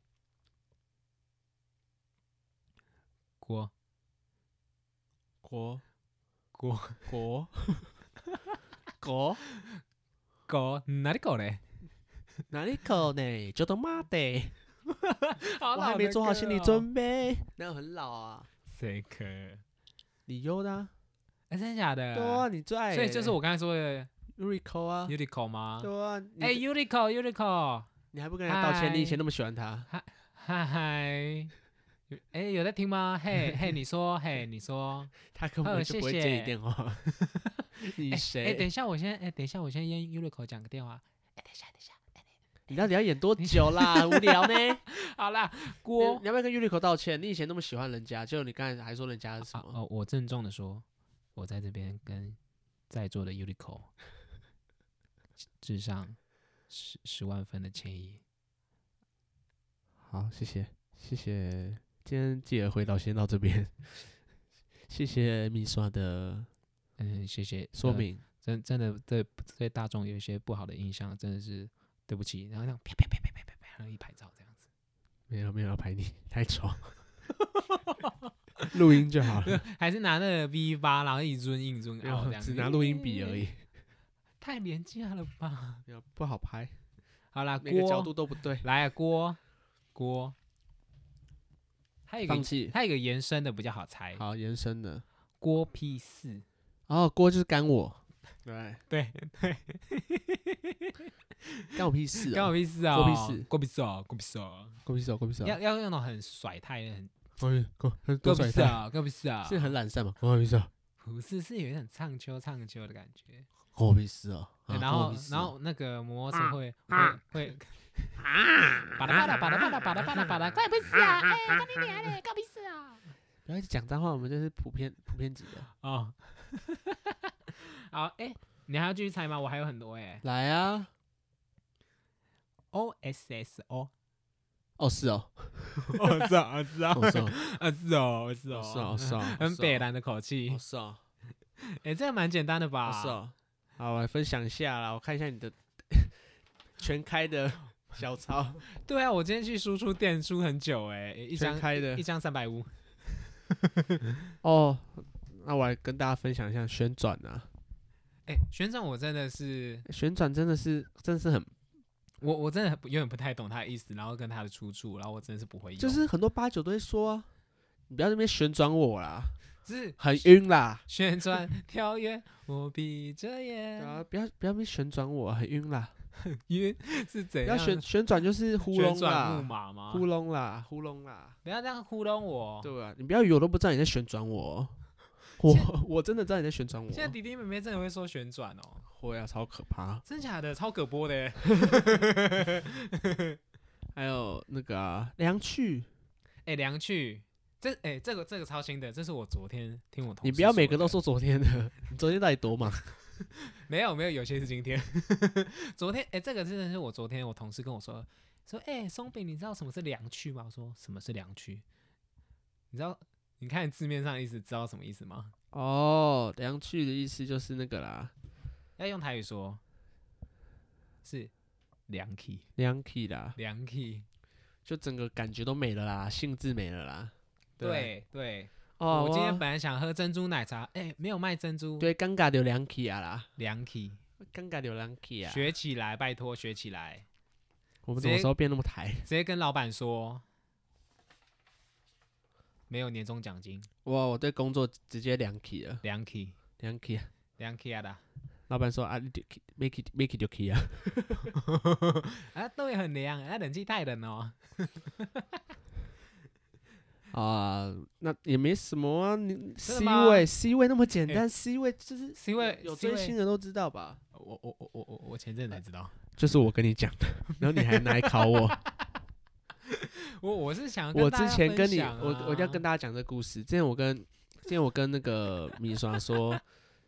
Speaker 3: 锅
Speaker 1: 国
Speaker 3: 锅
Speaker 1: 国国
Speaker 3: 狗哪里狗嘞？
Speaker 1: 哪里口呢？就他妈的，
Speaker 3: 好
Speaker 1: 我还
Speaker 3: 老
Speaker 1: 没
Speaker 3: 的
Speaker 1: 做好
Speaker 3: 歌
Speaker 1: 心理
Speaker 3: 哦。
Speaker 1: 准备。那很老啊，
Speaker 3: 谁可？哎，
Speaker 1: 你优的、啊，
Speaker 3: 真的假的？
Speaker 1: 对啊，你最爱欸、
Speaker 3: 所以就是我刚才说的
Speaker 1: Rico 啊
Speaker 3: u，n i c o 吗？
Speaker 1: 对啊，你
Speaker 3: 哎
Speaker 1: 就
Speaker 3: ，Uniqlo，Uniqlo，
Speaker 1: 你还不跟他道歉？你以
Speaker 3: 嗨
Speaker 1: 前那么喜欢他，
Speaker 3: 嗨哎、有在听吗？嘿嘿，你说，嘿你说，
Speaker 1: 他根
Speaker 3: 哦
Speaker 1: 本就
Speaker 3: 谢
Speaker 1: 不会接
Speaker 3: 谢
Speaker 1: 你电 话。 你
Speaker 3: 哎
Speaker 1: 谁？
Speaker 3: 哎、等一下，我先，哎、等一下，我先跟 Unico 讲个电话。
Speaker 1: 你到底要演多久 啦？无聊呢。
Speaker 3: 好啦，
Speaker 1: 你
Speaker 3: 郭
Speaker 1: 你要不要跟 Unico 道歉？你以前那么喜欢人家，结果你刚才还说人家是什
Speaker 3: 啊
Speaker 1: 么？
Speaker 3: 哦，我郑重的说，我在这边跟在座的 Unico 致上十十万分的歉意。
Speaker 1: 好，谢谢，谢谢。今天记得回到先到这边， 谢谢米刷的
Speaker 3: 嗯，谢谢
Speaker 1: 说
Speaker 3: 呃
Speaker 1: 明。
Speaker 3: 真真的对对大众有一些不好的印象，真的是对不起。然后那样啪啪啪啪啪啪啪，然后一拍照这样子。
Speaker 1: 没有没有要排你，太吵。 录音就好 了，
Speaker 3: 还是拿那个 V 八，然后一尊一尊
Speaker 1: 然
Speaker 3: 凹
Speaker 1: 后
Speaker 3: 这样子，
Speaker 1: 只拿录音笔而已，
Speaker 3: 太廉价了吧？
Speaker 1: 没有不好拍，
Speaker 3: 好啦，
Speaker 1: 每个角
Speaker 3: 郭
Speaker 1: 度都不对。
Speaker 3: 来啊，郭郭，还有一
Speaker 1: 放
Speaker 3: 个
Speaker 1: 弃。
Speaker 3: 还有一个延伸的比较好猜，
Speaker 1: 好，延伸的。
Speaker 3: 郭 P 四，
Speaker 1: 哦，锅就是干我，对，
Speaker 3: 对，
Speaker 1: 干我屁事
Speaker 3: 关我
Speaker 1: 啊！
Speaker 3: 屁事啊，
Speaker 1: 郭 P 四
Speaker 3: 郭 P 四啊，郭 P 四啊，
Speaker 1: 关我屁事哦，关我屁事哦哎
Speaker 3: 要要用那种很甩态，很
Speaker 1: 关我屁事，
Speaker 3: 郭
Speaker 1: 多
Speaker 3: P
Speaker 1: 甩
Speaker 3: 四
Speaker 1: 他，
Speaker 3: 啊，郭 P 四啊，
Speaker 1: 是很懒散嘛？关我屁事哦，
Speaker 3: 不是是有点唱秋唱秋的感觉，
Speaker 1: 关我屁事哦。啊
Speaker 3: 对然
Speaker 1: 关我
Speaker 3: 后
Speaker 1: 屁事
Speaker 3: 然
Speaker 1: 哦
Speaker 3: 后那个
Speaker 2: 啊
Speaker 3: 摩托车会会 会。巴拉巴拉巴拉巴拉巴拉巴拉巴拉，
Speaker 2: 怪不是啊！哎、干你娘嘞，干屁事 啊！
Speaker 1: 不要一直讲脏话，我们这是普遍普遍级的。
Speaker 3: 哦， 好，哎、你还要继续猜吗？我还有很多哎、
Speaker 1: 来啊！
Speaker 3: O S S O，
Speaker 1: 哦，是哦，
Speaker 3: 我知道，我知道
Speaker 1: 哦是哦，
Speaker 3: 啊是哦，是
Speaker 1: 哦是哦， 是哦，
Speaker 3: 很北
Speaker 1: 的，
Speaker 3: 蓝的口气
Speaker 1: 哦，是哦，
Speaker 3: 哎、这个蛮简单的吧？
Speaker 1: 哦是哦。好，我来分享一下啦，我看一下你的 全开 的小抄，
Speaker 3: 对啊，我今天去输出店输很久哎、一
Speaker 1: 全
Speaker 3: 张
Speaker 1: 开的
Speaker 3: 一张三百五，
Speaker 1: 哦。那我来跟大家分享一下旋转啊，
Speaker 3: 哎，旋转我真的是，
Speaker 1: 旋转真的是真的是很
Speaker 3: 我我真的有点不太懂他的意思，然后跟他的出处，然后我真的是不会用，
Speaker 1: 就是很多八九都会说啊，你不要这边旋转我啦，
Speaker 3: 就是
Speaker 1: 很晕啦，
Speaker 3: 旋转跳跃，我闭着
Speaker 1: 对
Speaker 3: 眼，
Speaker 1: 啊，不要不要这边旋转我，很晕啦，
Speaker 3: 因为是怎
Speaker 1: 不
Speaker 3: 样
Speaker 1: 要旋旋转就是糊
Speaker 3: 旋
Speaker 1: 弄
Speaker 3: 转木
Speaker 1: 啦，
Speaker 3: 马吗？
Speaker 1: 糊弄啦，糊弄啦，
Speaker 3: 不要这样糊弄我。
Speaker 1: 对啊，你不要以为我都不知道你在旋转我 哦，我我真的知道你在旋转我，哦
Speaker 3: 现在弟弟妹妹真的会说旋转哦，
Speaker 1: 会啊，超可怕。
Speaker 3: 真假的超可播的欸耶。
Speaker 1: 还有那个啊梁去，
Speaker 3: 哎，梁去，这哎这个这个超新的，这是我昨天听我同事
Speaker 1: 你不要每个都
Speaker 3: 的
Speaker 1: 说昨天的，你昨天到底多忙？
Speaker 3: 没有没有，有些是今天， 昨天哎这个真的是我昨天我同事跟我说说哎松饼你知道什么是梁去吗？我说什么是梁去？你知道你看字面上的意思知道什么意思吗？
Speaker 1: 哦，梁去的意思就是那个啦
Speaker 3: 要用台语说，是梁去
Speaker 1: 梁 k 啦，
Speaker 3: 梁去，
Speaker 1: 就整个感觉都没了啦，兴致没了啦。对吧
Speaker 3: 对对。
Speaker 1: 哦，
Speaker 3: 我今天本来想喝珍珠奶茶，哎、没有卖珍珠，
Speaker 1: 对，尴尬流两起啊啦，
Speaker 3: 凉体，
Speaker 1: 尴尬流两起啊！
Speaker 3: 学起来，拜托学起来，
Speaker 1: 我们
Speaker 3: 直
Speaker 1: 什么
Speaker 3: 接
Speaker 1: 时候变那么台？
Speaker 3: 直接跟老板说，没有年终奖金，
Speaker 1: 哇，我对工作直接两起了，
Speaker 3: 凉体，
Speaker 1: 两起啊！
Speaker 3: 凉体啊的，
Speaker 1: 老板说啊，你就 make it make it 就可以啊。
Speaker 3: 啊，都也很凉，啊，冷气太冷哦，
Speaker 1: 啊，那也没什么啊，你
Speaker 3: 真的
Speaker 1: C
Speaker 3: 吗
Speaker 1: 位 C 位那么简
Speaker 3: 哎
Speaker 1: 单，C 位就是
Speaker 3: 是因为
Speaker 1: 有
Speaker 3: 是
Speaker 1: 追
Speaker 3: 因为
Speaker 1: 星的都知道吧？
Speaker 3: 我我我我我我前阵才知道，
Speaker 1: 就是我跟你讲 的，然后你还拿来考我。
Speaker 3: 我我是想要
Speaker 1: 我
Speaker 3: 跟大家
Speaker 1: 之前跟你，
Speaker 3: 分享啊
Speaker 1: 我我一定要跟大家讲这个故事。之前我跟，之前我跟那个米刷 说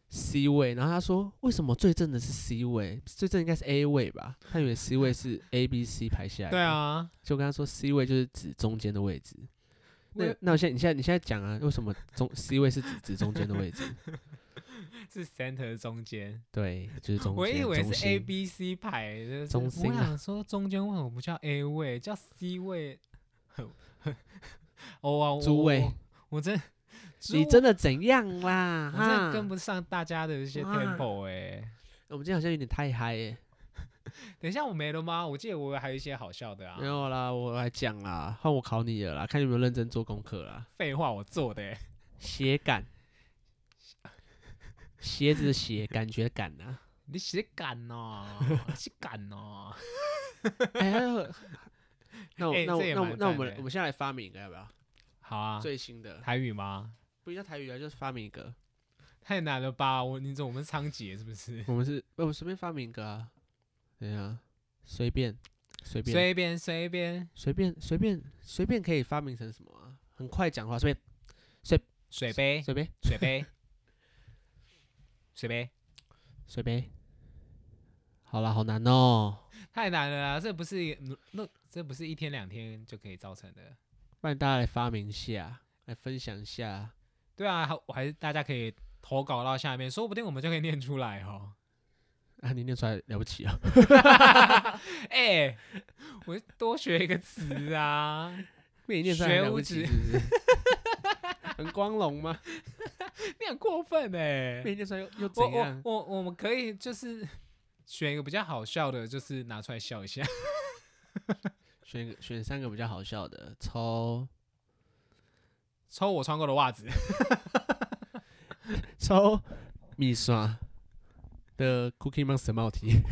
Speaker 1: C 位，然后他说为什么最正的是 C 位，最正应该是 A 位吧？他以为 C 位是 A、B、C 排下来。
Speaker 3: 对，啊，
Speaker 1: 就我跟他说 C 位就是指中间的位置。那
Speaker 3: 我
Speaker 1: 那我现在你现在你现在讲啊，为什么中 C 位是指指中间的位置？
Speaker 3: 是 center 中间，
Speaker 1: 对，就是中间。
Speaker 3: 我以为
Speaker 1: 中
Speaker 3: 是
Speaker 1: 心
Speaker 3: A B C 排，就是
Speaker 1: 中心
Speaker 3: 我
Speaker 1: 啊
Speaker 3: 想说中间为什么不叫 A 位，叫 C 位？ 哦啊，我
Speaker 1: 猪位
Speaker 3: 我我真
Speaker 1: 你
Speaker 3: 猪
Speaker 1: 真啊的怎样啦？
Speaker 3: 我真的
Speaker 1: 哈，
Speaker 3: 跟不上大家的一些
Speaker 1: 哇
Speaker 3: tempo 哎、
Speaker 1: 我们今天好像有点太嗨耶、
Speaker 3: 等一下我没了吗？我记得我还有一些好笑的
Speaker 1: 没
Speaker 3: 啊，
Speaker 1: 有啦，我来讲啦，换我考你了啦，看你有没有认真做功课啦。
Speaker 3: 废话我做的、欸，
Speaker 1: 鞋感，鞋子的鞋感觉感啊，
Speaker 3: 你写敢 哦，你写敢哦，
Speaker 1: 哎，那我
Speaker 3: 哎
Speaker 1: 那我
Speaker 3: 这也
Speaker 1: 那我
Speaker 3: 蛮
Speaker 1: 那我
Speaker 3: 赞
Speaker 1: 们
Speaker 3: 的
Speaker 1: 我们现在来发明一个要不要？
Speaker 3: 好啊，
Speaker 1: 最新的，
Speaker 3: 台语吗？
Speaker 1: 不一定要台语啊，就是发明一个。
Speaker 3: 太难了吧？我你怎么我们是仓颉是不是？
Speaker 1: 我们是，呃我随便发明一个啊，等一下，随便，随便，
Speaker 3: 随便随便，
Speaker 1: 随便，随便，随便可以发明成什么啊？很快讲话，随便，
Speaker 3: 水杯
Speaker 1: 随便，
Speaker 3: 水杯 水杯，
Speaker 1: 随便。好啦，好难哦。
Speaker 3: 太难了啊啦！这不是努那这不是一天两天就可以造成的。
Speaker 1: 不然大家来发明一下，来分享一下。
Speaker 3: 对啊，还我还是大家可以投稿到下面，说不定我们就可以念出来 哦。
Speaker 1: 啊，你念出来了不起啊！
Speaker 3: 哎、我多学一个词 啊！
Speaker 1: 被你念出来了
Speaker 3: 学无
Speaker 1: 不起，是
Speaker 3: 止
Speaker 1: 不是？很光荣吗？
Speaker 3: 你很过分哎、
Speaker 1: 被你念出来又又
Speaker 3: 我
Speaker 1: 怎
Speaker 3: 我
Speaker 1: 样？
Speaker 3: 我我们可以就是 选一个比较好笑的，就是拿出来笑一下。
Speaker 1: 选一个选三个比较好笑的，抽
Speaker 3: 抽我穿过的袜子，
Speaker 1: 抽米刷的 Cookie Monster 帽 T，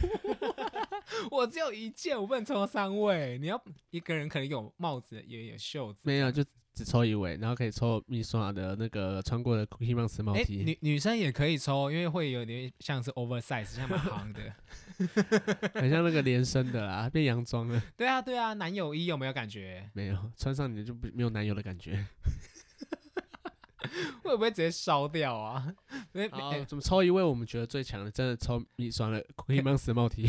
Speaker 3: 我只有一件，我不能抽三位。你要一个人可能有帽子，也有袖子。
Speaker 1: 没有就只抽一位，然后可以抽米刷的那个穿过的 Cookie Monster 帽
Speaker 3: 哎、
Speaker 1: T。
Speaker 3: 女女生也可以抽，因为会有点像是 oversize，像蛮行的。
Speaker 1: 很像那个连身的啦，变洋装 了。
Speaker 3: 对啊，对啊，男友衣有没有感觉？
Speaker 1: 没有，穿上你就不没有男友的感觉。
Speaker 3: 会不会直接烧掉啊？ 没没
Speaker 1: 好，
Speaker 3: 哎
Speaker 1: 怎么抽一位我们觉得最强的，真的抽米刷的 Cookie Monster 帽 T。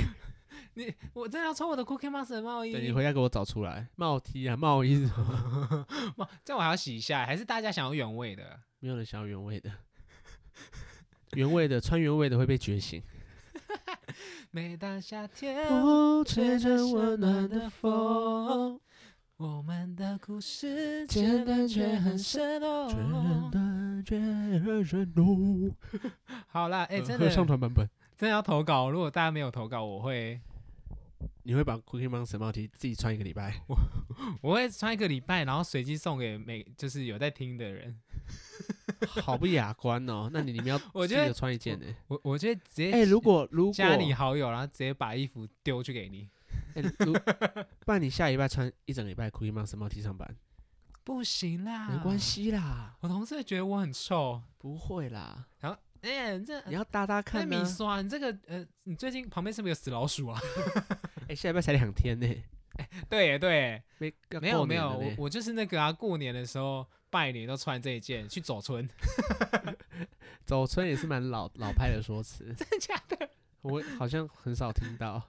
Speaker 3: 你我真的要抽我的 Cookie Monster 帽衣
Speaker 1: 对，你回家给我找出来。帽 T 啊，帽衣是什么？
Speaker 3: 哇这样我还要洗一下，还是大家想要原味的？
Speaker 1: 没有人想要原味的，原味的穿原味的会被觉 醒。
Speaker 3: 每当夏天，
Speaker 1: 风
Speaker 3: 吹着温暖的风，我们的故事
Speaker 1: 简
Speaker 3: 简
Speaker 1: 单
Speaker 3: 单
Speaker 1: 却
Speaker 3: 却
Speaker 1: 很
Speaker 3: 很生
Speaker 1: 简
Speaker 3: 动。
Speaker 1: 单却很生动。
Speaker 3: 好啦，哎、
Speaker 1: 呃
Speaker 3: 真
Speaker 1: 合
Speaker 3: 的
Speaker 1: 唱
Speaker 3: 真
Speaker 1: 团版本，
Speaker 3: 的要投稿，如果大家没有投稿，我会
Speaker 1: 你会把 Cookie Monster 帽 T 自己穿一个礼拜？
Speaker 3: 我会穿一个礼拜，然后随机送给每就是有在听的人。
Speaker 1: 好不雅观 哦。那你里面要
Speaker 3: 我
Speaker 1: 记
Speaker 3: 觉得
Speaker 1: 得穿一件呢。
Speaker 3: 我我就会直接
Speaker 1: 哎，如果如果
Speaker 3: 加你好友，然后直接把衣服丢去给你。
Speaker 1: 哎如不然你下礼拜穿一整个礼拜 Cookie Monster 帽 T 上班，
Speaker 3: 不行啦，
Speaker 1: 没关。系啦，
Speaker 3: 我同事会觉得我很臭，
Speaker 1: 不会啦，
Speaker 3: 然后哎、这
Speaker 1: 你要搭搭
Speaker 3: 那
Speaker 1: 看啊
Speaker 3: 米
Speaker 1: 呢。
Speaker 3: 刷，你这个呃，你最近旁边是不是有死老鼠啊？
Speaker 1: 哎，下礼拜才两天呢。
Speaker 3: 对耶对耶，
Speaker 1: 没要
Speaker 3: 没有
Speaker 1: 过
Speaker 3: 没
Speaker 1: 年
Speaker 3: 有，
Speaker 1: 了
Speaker 3: 我
Speaker 1: 呢
Speaker 3: 我就是那个啊，过年的时候拜年都穿这一件去走村，
Speaker 1: 走村也是蛮老老派的说辞，
Speaker 3: 真的假的？
Speaker 1: 我好像很少听到。啊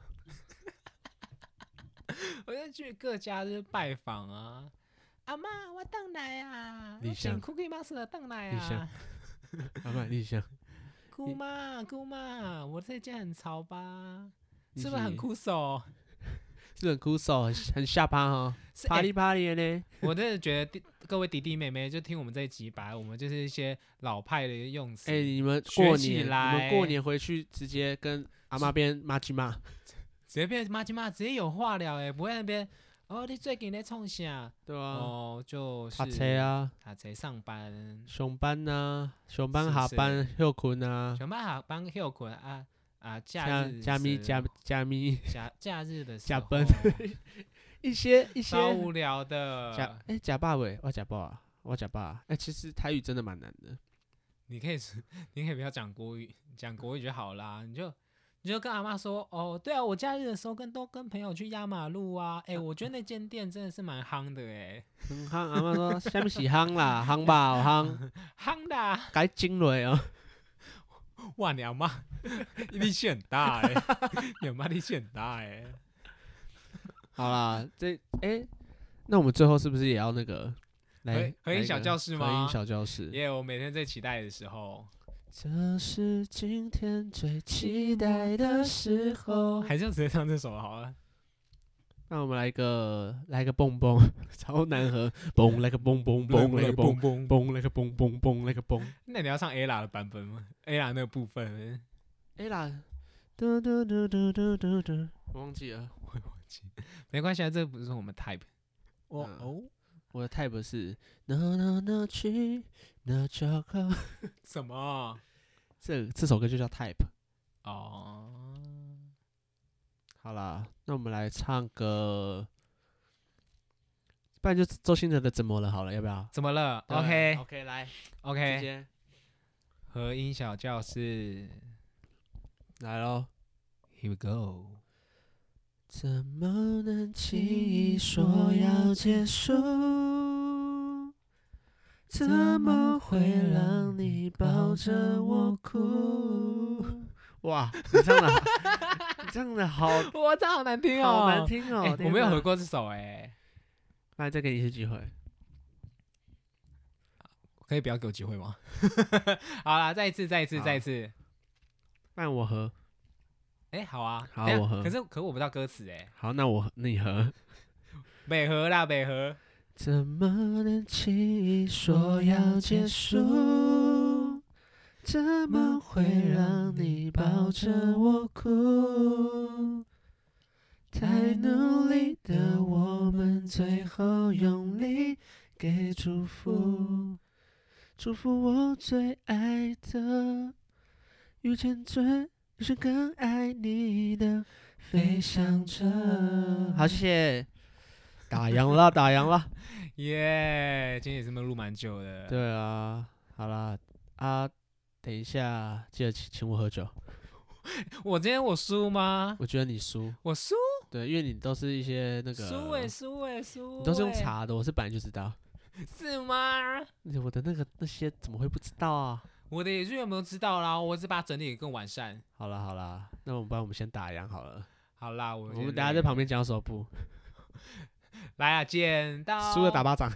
Speaker 3: 我就去各家就是拜访啊，阿妈我邓来啊，
Speaker 1: 你
Speaker 3: 我请
Speaker 1: 像
Speaker 3: Cookie Monster 邓来
Speaker 1: 你像
Speaker 3: 啊，
Speaker 1: 阿曼立香，
Speaker 3: 姑妈姑妈，我这件很潮吧？
Speaker 1: 你
Speaker 3: 是不是很
Speaker 1: 是
Speaker 3: 酷手？
Speaker 1: 是很酷手，很很下趴哦，
Speaker 3: 是
Speaker 1: 啪
Speaker 3: 哎
Speaker 1: 里啪里的呢。
Speaker 3: 我真的觉得弟各位弟弟妹妹就听我们这一集吧，我们就是一些老派的用词。
Speaker 1: 哎，你们
Speaker 3: 学
Speaker 1: 过
Speaker 3: 起
Speaker 1: 年，你
Speaker 3: 来
Speaker 1: 们过年回去直接跟阿妈边骂鸡骂，
Speaker 3: 直接变妈鸡妈，直接有话聊哎、不会那边哦，你最近在冲啥？
Speaker 1: 对啊，
Speaker 3: 哦，就是
Speaker 1: 爬车，啊，
Speaker 3: 打车上班，
Speaker 1: 熊班呐，熊班
Speaker 3: 是
Speaker 1: 下
Speaker 3: 是
Speaker 1: 班休困啊，
Speaker 3: 上班下班休困啊啊，假
Speaker 1: 加
Speaker 3: 日
Speaker 1: 加咪
Speaker 3: 时
Speaker 1: 加加咪，
Speaker 3: 假假日的时
Speaker 1: 加
Speaker 3: 候
Speaker 1: 班 一些一些
Speaker 3: 超无聊
Speaker 1: 假
Speaker 3: 的，
Speaker 1: 哎假爸喂，我假爸啊，我假爸啊，哎其实台语真的蛮难的。
Speaker 3: 你可以说 你可以不要讲国语，讲国语就好啦，你就。你就跟阿妈说哦，对啊，我假日的时候跟都跟朋友去压马路啊，哎、我觉得那间店真的是蛮夯的哎、
Speaker 1: 很夯，阿妈说下面是夯啦，夯吧，有夯，
Speaker 3: 夯的、啊，
Speaker 1: 改惊雷哦。
Speaker 3: 哇，你阿 妈力气很大哎、你阿妈力气很大哎、
Speaker 1: 好啦，这哎、那我们最后是不是也要那个来
Speaker 3: 合合音小教室
Speaker 1: 合
Speaker 3: 吗
Speaker 1: 音小教室。
Speaker 3: 耶、我每天最期待的时候，
Speaker 1: 这是今天最期待的时候。
Speaker 3: 还是要直接唱这首好了。
Speaker 1: 那我们来一个来一个蹦蹦， 超难合，蹦来个蹦蹦蹦来个蹦
Speaker 3: 嘣嘣，
Speaker 1: 蹦来个蹦蹦蹦来个蹦。
Speaker 3: 那你要唱 Ella 的版本吗？Ella 那个部分，
Speaker 1: 哎啦，嘟嘟嘟嘟嘟嘟嘟，我忘记了，
Speaker 3: 没关系啊，这不是我们 type。哦
Speaker 1: 嗯
Speaker 3: 哦，
Speaker 1: 我的 type 是 no no no 去 no chocolate。
Speaker 3: 什么？
Speaker 1: 这这首歌就叫 Type。
Speaker 3: 哦，
Speaker 1: 好啦，那我们来唱个，不然就周星哲的怎么了好了，要不要
Speaker 3: 怎么了
Speaker 1: 对
Speaker 3: ？OK
Speaker 1: OK，来直
Speaker 3: OK，
Speaker 1: 接
Speaker 3: 和音小教室
Speaker 1: 来喽。
Speaker 3: ，Here we go。
Speaker 1: 怎么能轻易说要结束？怎么会让你抱着我哭？ 哇，你唱的， 你唱的好
Speaker 3: 哇，这好难听哦，
Speaker 1: 好难听哦！
Speaker 3: 哎
Speaker 1: 天
Speaker 3: 我 没有
Speaker 1: 哪
Speaker 3: 合，过这首哎，
Speaker 1: 那再给你一次机会。
Speaker 3: 可以不要给我机会吗？ 好啦，再一次，再一次，
Speaker 1: 好
Speaker 3: 再一次。
Speaker 1: 那我合，
Speaker 3: 哎，好啊，
Speaker 1: 好
Speaker 3: 等一下
Speaker 1: 我合
Speaker 3: 可是可我不知道歌词哎，
Speaker 1: 好，那我合那你合。
Speaker 3: 北河啦，北河。
Speaker 1: 怎么能轻易说要结束？怎么会让你抱着我哭？太努力的我们，最后用力给祝福，祝福我最爱的，遇见最遇见更爱你的，飞翔着。好，谢谢。打烊了，打烊了。
Speaker 3: 耶今天也是没有录蛮久的。，
Speaker 1: 对啊，好啦，啊，等一下记得请请我喝酒。
Speaker 3: 我今天我输吗？
Speaker 1: 我觉得你输，
Speaker 3: 我输，
Speaker 1: 对，因为你都是一些那个，
Speaker 3: 输哎，输哎，输欸。
Speaker 1: 你都是用查的，我是本来就知道。
Speaker 3: 是吗？
Speaker 1: 我的那个那些怎么会不知道啊？
Speaker 3: 我的也是有没有知道啦？我只把它整理得更完善。
Speaker 1: 好啦好啦，那我们帮我们先打烊好了，
Speaker 3: 好啦，我
Speaker 1: 我
Speaker 3: 有
Speaker 1: 们
Speaker 3: 点
Speaker 1: 大家
Speaker 3: 累
Speaker 1: 在旁边讲手部，
Speaker 3: 来啊，剪刀。
Speaker 1: 输了打。巴掌。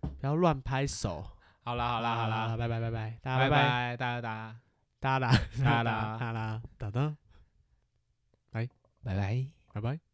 Speaker 1: 不要乱拍手。
Speaker 3: 好啦，好啦，好啦，
Speaker 1: 拜拜拜拜，大
Speaker 3: 拜
Speaker 1: 家拜拜，
Speaker 3: 拜，大家打，
Speaker 1: 哒哒
Speaker 3: 哒
Speaker 1: 哒哒哒哒，
Speaker 3: 拜拜。
Speaker 1: 拜拜。